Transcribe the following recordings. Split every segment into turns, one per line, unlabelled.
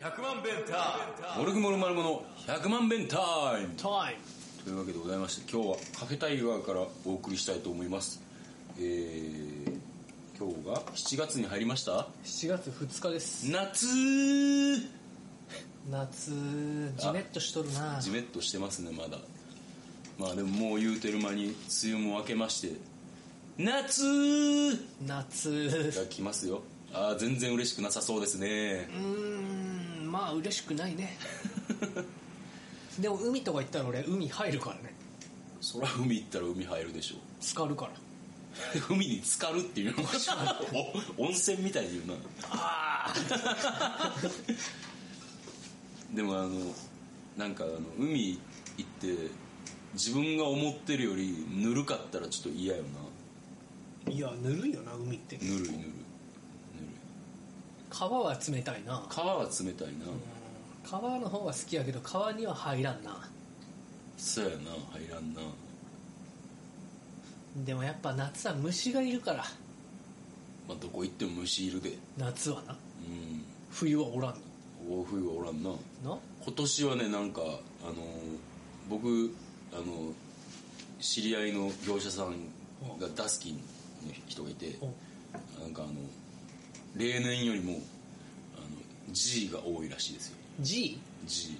100万弁タイムモルグモルマルモの100万弁タイム
タイ
というわけでございまして今日はカフェタイガーからお送りしたいと思いますえー、今日が7月に入りました
7月2日です
夏
夏じめっとしとるな
じめっとしてますねまだまあでももう言うてる間に梅雨も明けまして夏
夏
が来ますよああ全然嬉しくなさそうですね
うーんまあ嬉しくない ねでも海とか行ったら俺海入るからね
空海行ったら海入るでしょう
浸かるから
海に浸かるっていうのお温泉みたいに言うなでもあのなんかあの海行って自分が思ってるよりぬるかったらちょっと嫌よない
やぬるいよな海って
ぬるいぬるいぬるい
川は冷たいな
川は冷たいな、
川の方が好きやけど川には入らんな
そうやな入らんな
でもやっぱ夏は虫がいるから
まあどこ行っても虫いるで
夏はな
うん
冬はおらん
大冬はおらんな
のな
今年はねなんかあの僕あの知り合いの業者さんがダスキンの人がいて
お
なんかあの例年よりもあの G が多いらしいですよ
G?
G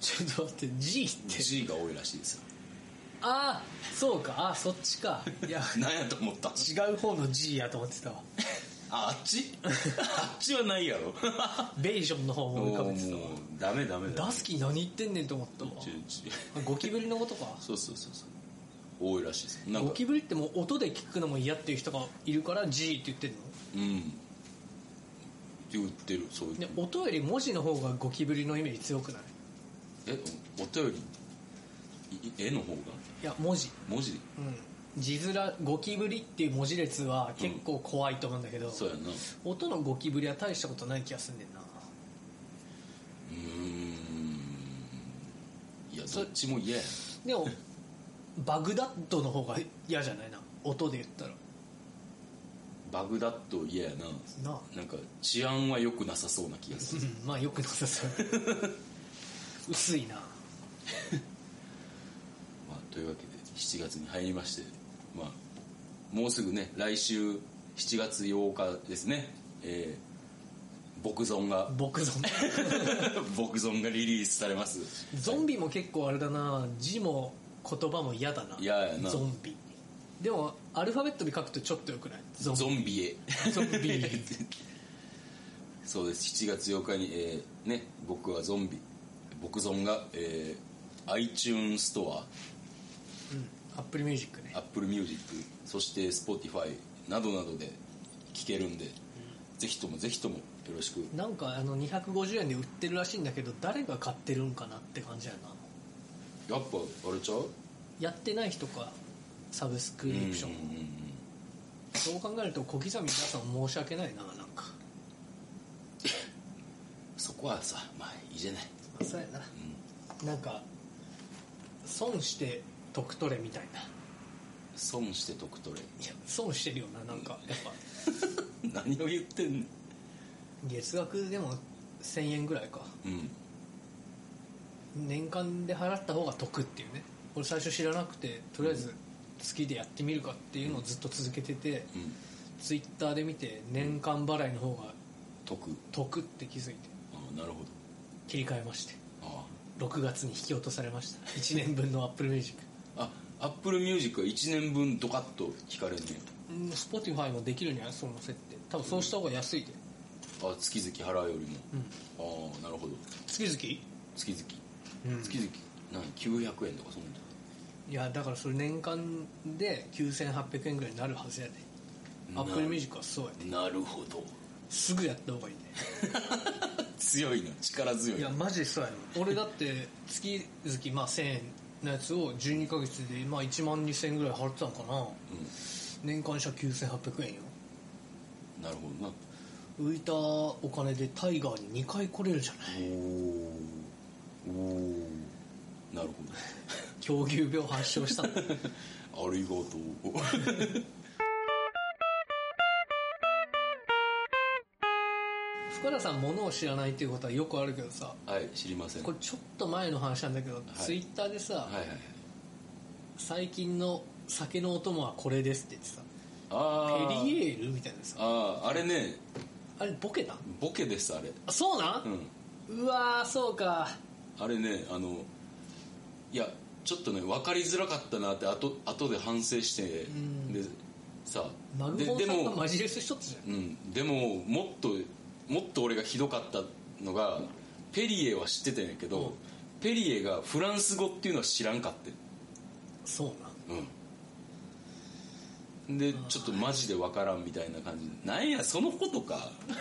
ちょっと待って G って
G が多いらしいですよ
ああそうかああそっち かいや
なんやと思った
違う方の G やと思ってたわ
ああっ ちあっちはないやろ
ベージョンの方も浮かべてたわ
もうダメダメダメ
ダスキー何言ってんねんと思ったわ
G
ゴキブリのことか
そうそうそうそう多いらしいですなん
ゴ
か
キブリってもう音で聞くのも嫌っていう人がいるから G って言ってるの
うんって言ってるそういう
で音より文字の方がゴキブリのイメージ強くない
えおお便りい絵の方が
いや文字
文字
うん字面ゴキブリっていう文字列は結構怖いと思うんだけど、
そうやなう
音のゴキブリは大したことない気がすんねんな
ーんいや
そ
どっちも嫌や
でもバグダッドの方が嫌じゃないな音で言ったら
バグダッド嫌やな
なあ
なんか治安は良くなさそうな気がする
うんまあよくなさそう薄いな
まあ、というわけで7月に入りまして、まあ、もうすぐね来週7月8日ですね、えー、僕ゾンが
僕ゾンビ
僕ゾンがリリースされます
ゾンビも結構あれだな字も言葉も嫌だな
嫌やな
ゾンビでもアルファベットで書くとちょっとよくないゾン
ゾンビへ
ゾン ビ
そうです7月8日に、えーね、僕はゾンビ僕ゾンが、えー iTunes スト
うんアップルミュージックね
ア Apple Music そして Spotify などなどで聴けるんで、ぜひともぜひともよろしく
なんかあの250円で売ってるらしいんだけど誰が買ってるんかなって感じやな
やっぱあれちゃう
やってない人かサブスクリプション、
うんうんうん
そう考えると小刻み皆さん申し訳ないななんか
そこはさまあいいじゃない、
そうやな
うん、
なんか損して得取れみたいない
損して得取れ
や損してるよななんかやっぱ
何を言ってんの
月額でも1000円ぐらいか
うん
年間で払った方が得っていうね俺最初知らなくてとりあえず好きでやってみるかっていうのをずっと続けてて、
うん
ツイッターで見て年間払いの方が
得
得って気づいて
ああなるほど
切り替えまして
あ
6月に引き落とされました1年分のアップルミュージック
ああアップルミュージックは1年分ドカッと引かれんね
うん Spotify もできるんじゃないその設定多分そうした方が安いで
あ月々払うよりも
うん
ああなるほど
月
月々
々、
月々何900円とかそんなん
いやだからそれ年間で9800円ぐらいになるはずやでアップルミュージックはそうやです
なるほど
すぐやった方がいいね
強いな力強
い
い
やマジでそうやろ俺だって月々まあ1000円のやつを12ヶ月でまあ1万2000円ぐらい払ってたのかな
う
年間者9800円よ
ん、なるほどな
浮いたお金でタイガーに2回来れるじゃない
おおおなるほど
狂牛 病発症したの
ありがとう。
深田さん物を知らないっていうことはよくあるけどさ
はい知りません
これちょっと前の話なんだけど、ツイッターでさ、
はいはいはい
最近の酒のお供はこれですって言ってさ
あ
ペ
あ
リエールみたいなさ
あああれね
あれボケたん
ボケですあれ
あそうな、
うんん
うわーそうか
あれねあのいやちょっとね分かりづらかったなって後後で反省して、
ん
でさ
マグ
で
ボン
で
さんが
も、
マジレスしとったじゃん
うん、でももっともっと俺がひどかったのがペリエは知ってたんやけど、
うん
ペリエがフランス語っていうのは知らんかって
そうな
うんでちょっとマジで分からんみたいな感じでなんやそのことか
う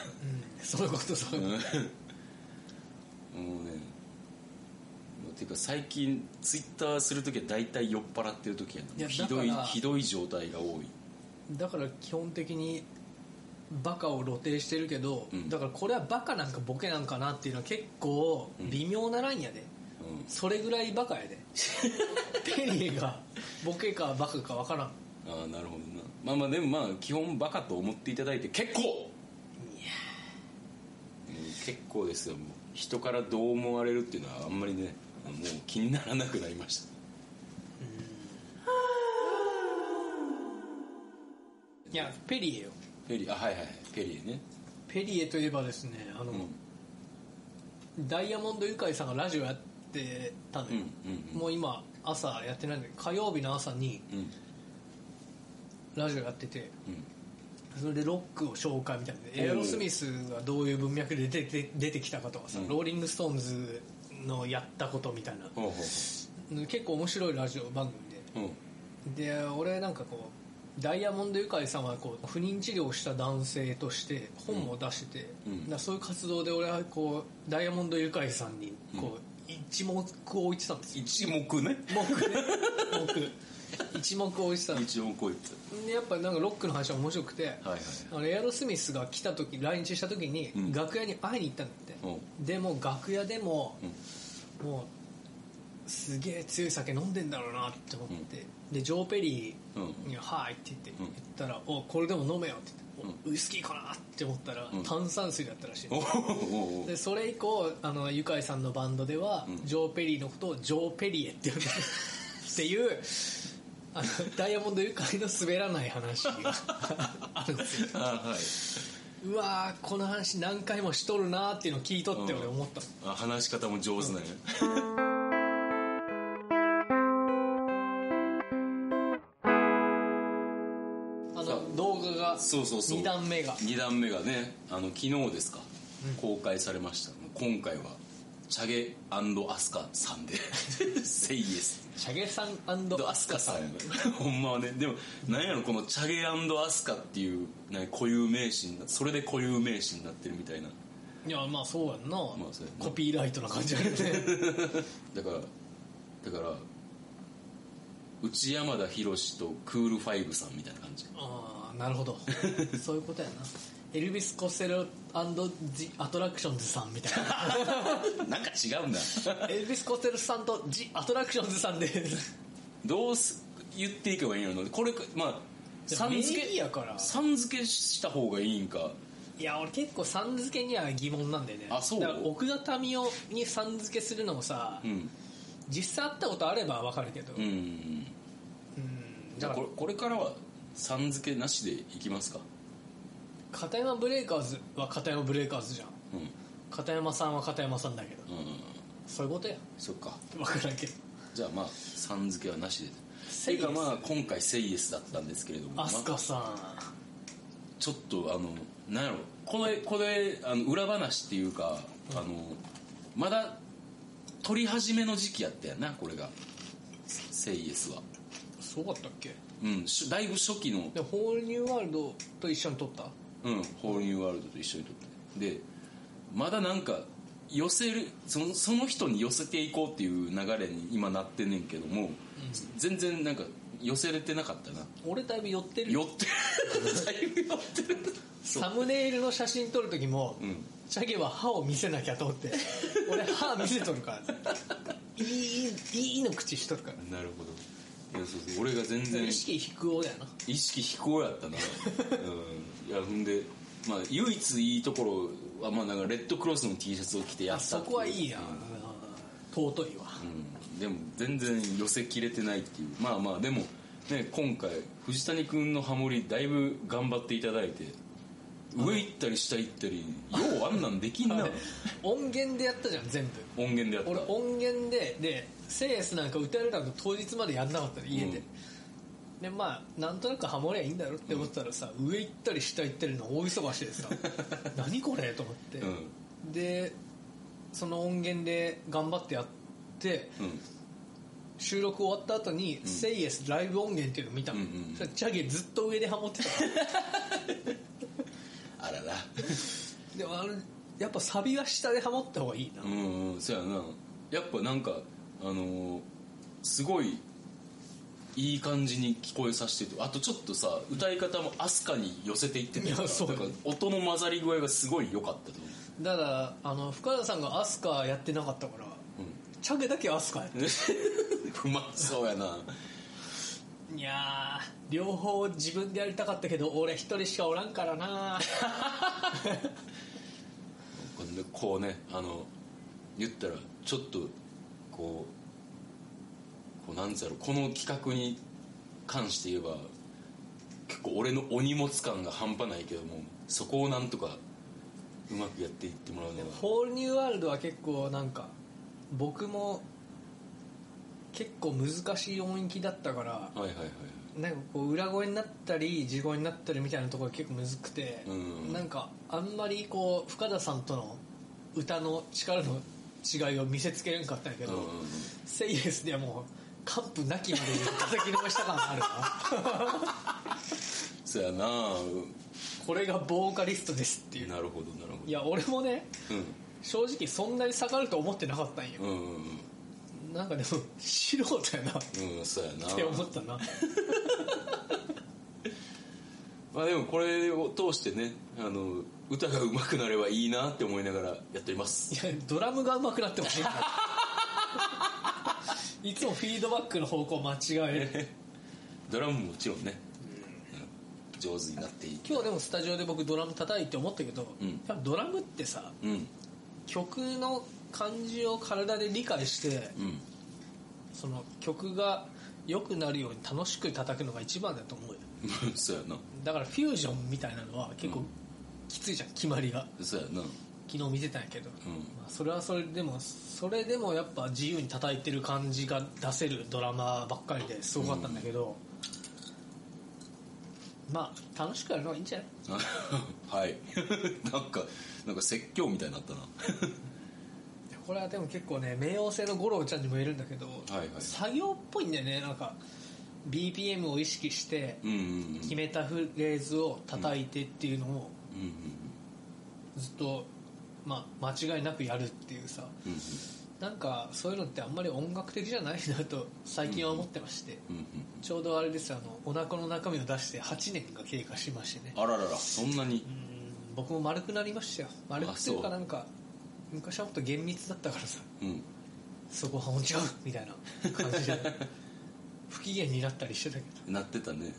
んそういうことそういうこ
うんもうねていうか最近ツイッターする時は大体酔っ払ってる時や
い
な
や
ひどい
だから
ひどい状態が多い
とだから基本的にバカを露呈してるけど、
うん
だからこれはバカなんかボケなんかなっていうのは結構微妙なラインやで、
うん
それぐらいバカ やでペリエがボケかバカか分からん
ああなるほどなまあまあでもまあ基本バカと思っていただいて結構うん結構ですよもう人からどう思われるっていうのはあんまりねもう気にならなくなりました
いやペリエよ
ペリーあはいはいはいペリーね
ペリエといえばですねあの、
うん
ダイヤモンドユカイさんがラジオやってたの
うん
よ、
うん
もう今朝やってないんだけど火曜日の朝に
うんうん
ラジオやってて
うん
それでロックを紹介みたいな
おう
エアロスミスがどういう文脈で出て出てきたかとかさ、
うん
ローリング・ストーンズのやったことみたいな
ほうほう
結構面白いラジオ番組で
ほううん
で俺なんかこうダイヤモンドユカイさんはこう不妊治療をした男性として本も出してて、
うんうん
だからそういう活動で俺はこうダイヤモンドユカイさんにこう、一目を置いてたんですよ
一目ね
目ね目一目を置いてたんです
一目こいつ
でやっぱなんかロックの話は面白くて、
はいはい
あのエアロスミスが来た時来日した時に
うん
楽屋に会いに行ったんだって、
ほ
でも楽屋でも、もうすげえ強い酒飲んでんだろうなって思って、でジョー・ペリ
ううん
ーに「はい」って言って、
ん
言ったら「おこれでも飲めよ」って言って、おウイスキーかなって思ったら、
ん
炭酸水だったらしい
おおお
でそれ以降あのユカイさんのバンドでは、
ん
ジョー・ペリーのことをジョー・ペリエって呼んでるっていうあのダイヤモンドユカイの滑らな い話があるんですよ
あはいう
わーこの話何回もしとるなーっていうのを聞いとって俺思った、
あ話し方も上手なんや
あの動画が
そうそうそう
2段目が
二段目がねあの昨日ですか公開されました今回はチャゲアスカさ んで「セイエス
チャゲさんア
アスカさんやねほんまはねでもなんやろこのチャゲアスカっていうね固有名詞になそれで固有名詞になってるみたいない
やまあそうやんな、
まあそうやな
コピーライトな感じあるね
だからだから内山田寛とクールファイブさんみたいな感じ
ああなるほどそういうことやなエルビス・コセロジ・アトラクションズさんみたい
なんか違うんだ
なエルビス・コセロさんとジ・アトラクションズさんで
どうす言っていけばいいのこれまあさん付
名
け
義やから
さん付けした方がいいんか
いや俺結構さん付けには疑問なんだよね
あそう
だから奥田民生にさん付けするのもさ、
うん
実際会ったことあればわかるけど、
うん
うん
じ
だ
ゃあ
か
こ
ら
れこれからはさん付けなしでいきますか
片山ブレイカーズは片山ブレイカーズじゃん
うん
片山さんは片山さんだけど
うん
そういうことや
そっか
分からんけど
じゃあまあさん付けはなしで
セ
て
イ
い
エ
う
ス
かまあ今回「セイエス」だったんですけれども
アス
まあ
カさん
ちょっとあのなんやろこれこれあの裏話っていうか、あのまだ撮り始めの時期やったやなこれが「セイエスは」
すごかったっけ
うんしだいぶ初期の
でホールニューワールドと一緒に撮った
うん、ホールニューワールドと一緒に撮ってでまだなんか寄せるそのその人に寄せていこうっていう流れに今なってんねんけども、全然なんか寄せれてなかったな
俺だいぶ寄ってる
寄 ってるだいぶ寄ってる
サムネイルの写真撮る時も、
ん
チャゲは歯を見せなきゃと思って俺歯見せとるからいいいいの口しとるか
なるほどいやそうそう俺が全
ら
然
意識引く方やな
意識飛行やったなうんいやほんでまあ唯一いいところはまあなんかレッドクロスの T シャツを着てや
あ
った
そ
って
こはいいや、
うん
尊いわ
うんでも全然寄せきれてないっていうまあまあでも、ね、今回藤谷君のハモリだいぶ頑張っていただいて上行ったり下行ったりようあんなんできんな
音源でやったじゃん全部
音源でやった
俺音源ででセレスなんか歌えるなんか当日までやんなかったの家で、
うん
でまあなんとなくハモりゃいいんだろって思ってたらさ、上行ったり下行ったりの大忙し でさ何これと思って、
う
でその音源で頑張ってやって
うん
収録終わった後に「セイエスライブ音源」っていうの見たの、
うんうんうん
そしたらチャゲずっと上でハモって たから
あらら
でもあのやっぱサビは下でハモった方がいいな、
うんうんそうやなやっぱなんかあのーすごいいい感じに聞こえさせててあとちょっとさ歌い方もアスカに寄せていってたから
いやそう
だから音の混ざり具合がすごい良かったと思
だからあの深田さんがアスカやってなかったから
う、
チャゲだけアスカやって
うん、 うまそうやない
やー両方自分でやりたかったけど俺一人しかおらんから な
こうねこうねあの言ったらちょっとこうこうなんつうやろこの企画に関して言えば結構俺のお荷物感が半端ないけどもそこをなんとかうまくやっていってもらうのが
ホールニューワールドは結構なんか僕も結構難しい音域だったから
はいはいはい
なんかこう裏声になったり地声になったりみたいなところが結構むずくて、
うん
なんかあんまりこう深田さんとの歌の力の違いを見せつけれんかったんやけ
う
ど、
んうんうん
セイエスではもうカップなきまで叩きのめした感ある な
そやなう
これがボーカリストですってい
ん
う
なるほどなるほ
い
ど
や俺もね
う
正直そんなに下がると思ってなかったんよ
んうんうん
なんかでも素人やなっ
うんうんそうやな
て思ったな
まあでもこれを通してねあの歌が上手くなればいいなって思いながらやっております
いやドラムが上手くなってほしいないつもフィードバックの方向間違える
ドラムももちろんね、うん上手になっていく
今日でもスタジオで僕ドラム叩いて思ったけど、
うん
やっぱドラムってさ
うん
曲の感じを体で理解して
うん
その曲が良くなるように楽しく叩くのが一番だと思うよ
そうやな
だからフュージョンみたいなのは結構きついじゃん決まりが
そうやな
昨日見てたんやけど、
うん
まあ、それはそれでもそれでもやっぱ自由に叩いてる感じが出せるドラマーばっかりですごかったんだけど、まあ楽しくやるのがいいんじゃない
あ はいなんかなんか説教みたいになったな
これはでも結構ね冥王星の五郎ちゃんにもいるんだけど、
はいはい
作業っぽいんだよねなんか BPM を意識して
うんうんうん
決めたフレーズを叩いてっていうのを
うんうん
ずっと、まあ、間違いなくやるっていうさ
うん
なんかそういうのってあんまり音楽的じゃないなと最近は思ってまして、
うんうんうん
ちょうどあれですよあのお腹の中身を出して8年が経過しましてね
あらららそんなに
うん僕も丸くなりましたよ丸くという
あそ
か
う
なんか昔はもっと厳密だったからさ
うん
そこは本ちゃうみたいな感じ で不機嫌になったりしてたけど、
なってたね
うん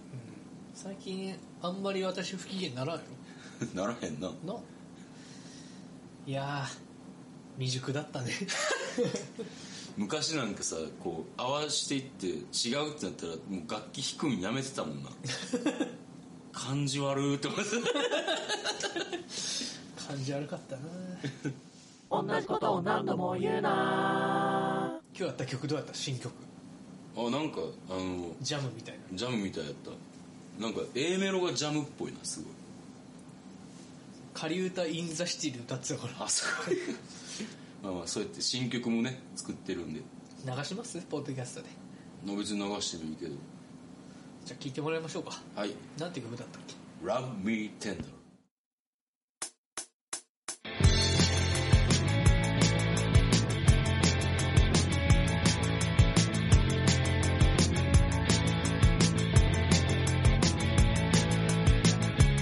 最近あんまり私不機嫌にならんよ
ならへんな
ないやー未熟だったね
昔なんかさこう合わしていって違うってなったらもう楽器弾くんやめてた もんな感じ悪ーって思って
感じ悪かったな今
同じことを何度も言うな
日やった曲どうやった新曲
たあなんかあの
ジャムみたいな
ジャムみたいやったなんか A メロがジャムっぽいなすごい
仮歌インザシティで歌ってたか
あすごい まあまあそうやって新曲もね作ってるんで
ら流しますポッドキャストで
の別に流してもいいけど
じゃあ聞いてもらいましょうか
はい
なんて曲だったっけ
「Love Me Tender」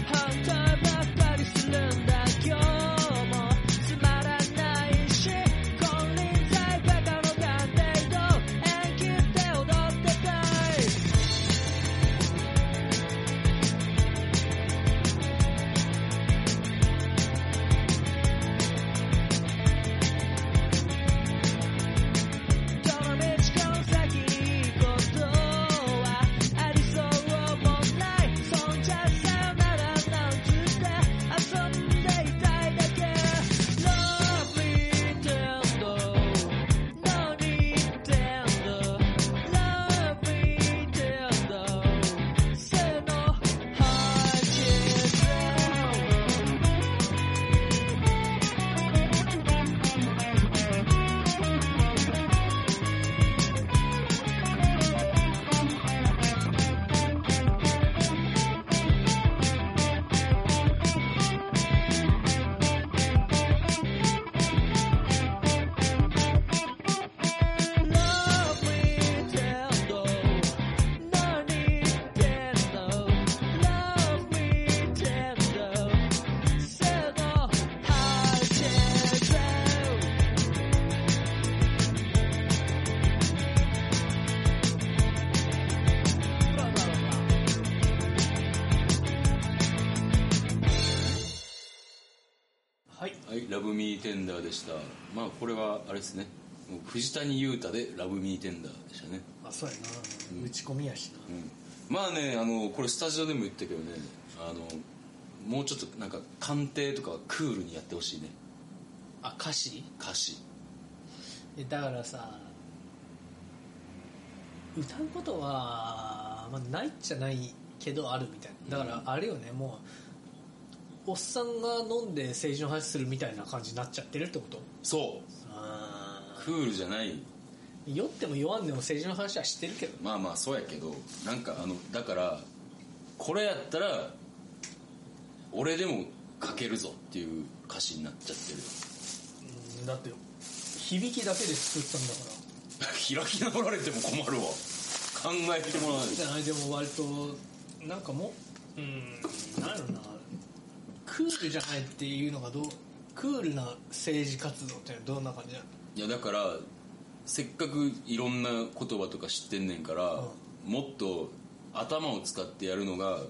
反対ばかりするんだ今日もつまらないし金輪際バカの探偵と遠近で踊ってたい
はい「ラブミーテンダーでしたまあこれはあれですねもう藤谷裕太で「ラブミーテンダーでしたね
あそうやな、打ち込みやしな
うんまあねあのこれスタジオでも言ったけどねあのもうちょっとなんか鑑定とかはクールにやってほしいね
あ歌詞
歌詞
えだからさ歌うことは、まあ、ないっちゃないけどあるみたいなだからあれよね、もうおっさんが飲んで政治の話するみたいな感じになっちゃってるってこと
そう
あ
クールじゃない
ー酔っても酔わんでも政治の話はしてるけど
まあまあそうやけどなんかあのだからこれやったら俺でも書けるぞっていう歌詞になっちゃってる
うんだって響きだけで作ったんだから
開き直られても困るわ考えてもらわない
じゃないでも割となんかもううんなんやろなクールじゃないっていうのがどうクールな政治活動ってどんな感じなの
いやだからせっかくいろんな言葉とか知ってんねんから、もっと頭を使ってやるのが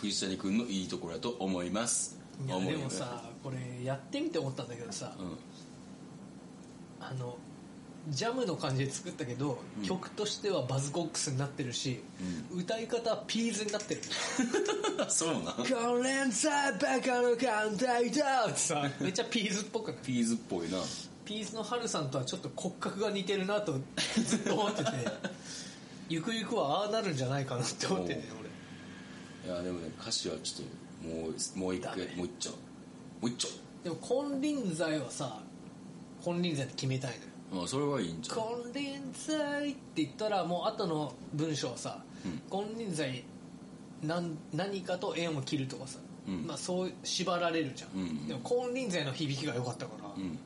藤谷君のいいところやと思います
いや
思
で
うよ
も
ね
さこれやってみて思ったんだけどさ、
うん
あのジャムの感じで作ったけど、曲としてはバズコックスになってるし、歌い方はピーズになって る
そうな
「関連さバカの艦隊だ」ってさめっちゃピーズっぽくない
ピーズっぽいな
ピースのハルさんとはちょっと骨格が似てるなとずっと思 っててゆくゆくはああなるんじゃないかなって思ってね
いやでもね歌詞はちょっともうもう一
ダ
回
メ
もう一丁もう一
俺でも金輪際はさ金輪際って決めたいのよ
丁あそれはいいんじゃん
金輪際って言ったらもう後の文章はさ、金輪際なん何かと縁を切るとかさ、
うん
まあ、そう縛られるじゃん、
うんうん
でも金輪際の響きが良かったから、
うん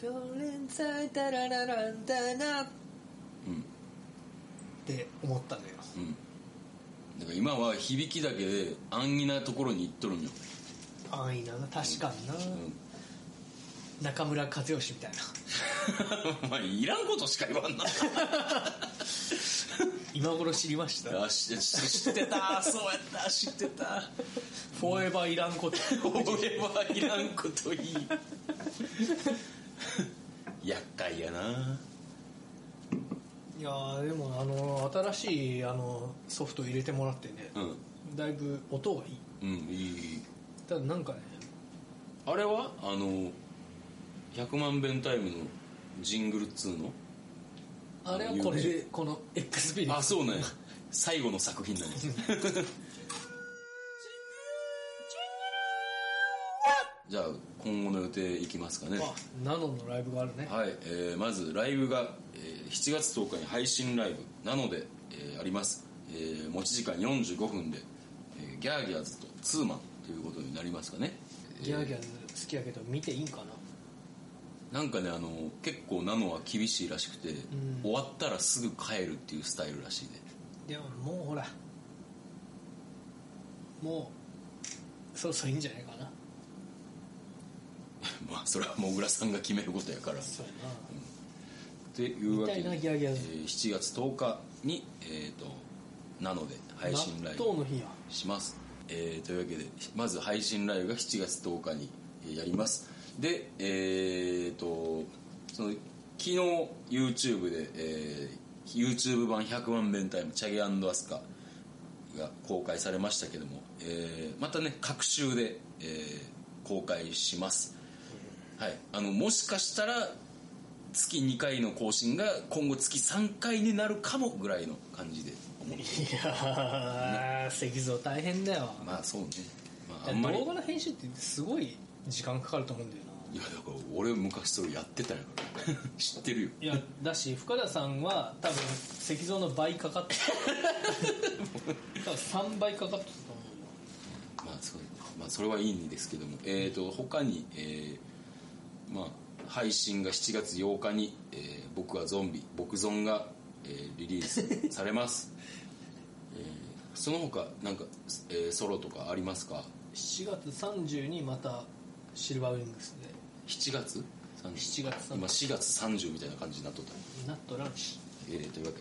金輪際タララランタナっ
うん
て思ったのよ
うんだから今は響きだけで安易なところに行っとるんよ、
安易なな確かにな、
う、
中村和義みたいなん
お前いらんことしか言わんな
今頃知りました
あしし知ってたそうやった知ってた
フォーエバーいらんこと
俺はいらんこといい厄介やない
やーでもあの新しいあのソフト入れてもらってね、
うん
だいぶ音がいい
うんいい
ただなんかね
あれはあの100万遍タイムのジングル2の
あれはこれでこの XP で
あそうね最後の作品だ ねじゃあ今後の予定いきますかね
あナノのライブがあるね
はい、えーまずライブが、えー7月10日に配信ライブなので、えーあります、えー持ち時間45分で、えーギャーギャーズとツーマンということになりますかね、えー
ギャーギャー好きやけど見ていいんかな
なんかねあの結構ナノは厳しいらしくて、
ん
終わったらすぐ帰るっていうスタイルらしいね
でももうほらもうそろそろいいんじゃないかな
まあそれはもう小倉さんが決めることやから
そうやな
っていうわけで
見たいなギャーギャー
えー7月10日に、えー、となので配信ライブ
納豆の日や
します、えーというわけでまず配信ライブが7月10日にえーやりますでえー、とその昨日 YouTube で、えー YouTube 版100万弁タイムチャゲアスカが公開されましたけども、えーまたね各週で、えー公開します、はい、あのもしかしたら月2回の更新が今後月3回になるかもぐらいの感じで思って
いやー、石像大変だよ。
まあそうね、まあ、あんまり
動画の編集ってすごい時間かかると思うんだよ
いやだから俺昔それやってたんやから知ってるよ
な。いや、だし、深田さんは多分石像の倍かかってた。多 分3倍かかってたと思
まあそうまあ、それはいいんですけどもえっ、と他にえーまあ配信が7月8日に、えー僕はゾンビ」「僕ゾンが」えーリリースされます、えーその他なんか、えーソロとかありますか
うよ。7月30にまたシルバーウィングスで、
7月30
7月30
今4月30みたいな感じになっとった、
ナットランチ。
えーというわけ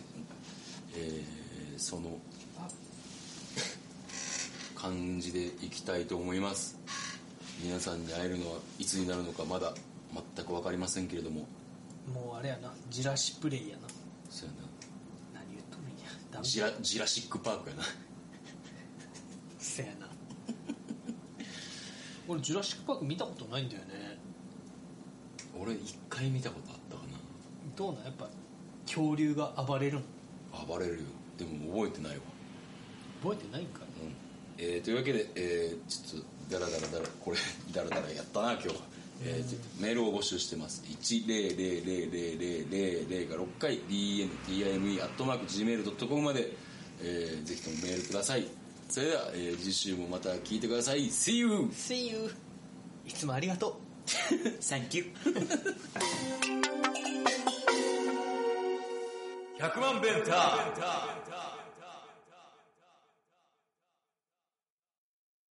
で、えーその
あ
感じでいきたいと思います皆さんに会えるのはいつになるのかまだ全く分かりませんけれども
もうあれやなジラシプレイやな
そうや
何言っとるんやダ
な
メ
ジラジラシック・パークやな
せや な俺ジュラシック・パーク見たことないんだよね
俺一回見たことあったか
どうなんやっぱ恐竜が暴れるん
な暴れるよでも覚えてないわ
覚えてないんかい
うんえーというわけで、えーちょっとダラダラダラこれ ダラダラやったな今日は、えーちょメールを募集してます1000000が6回 dntime.gmail.com まで、えーぜひともメールくださいそれでは、えー次週もまた聞いてください See you!
See you いつもありがとう
Thank you 100万ベンター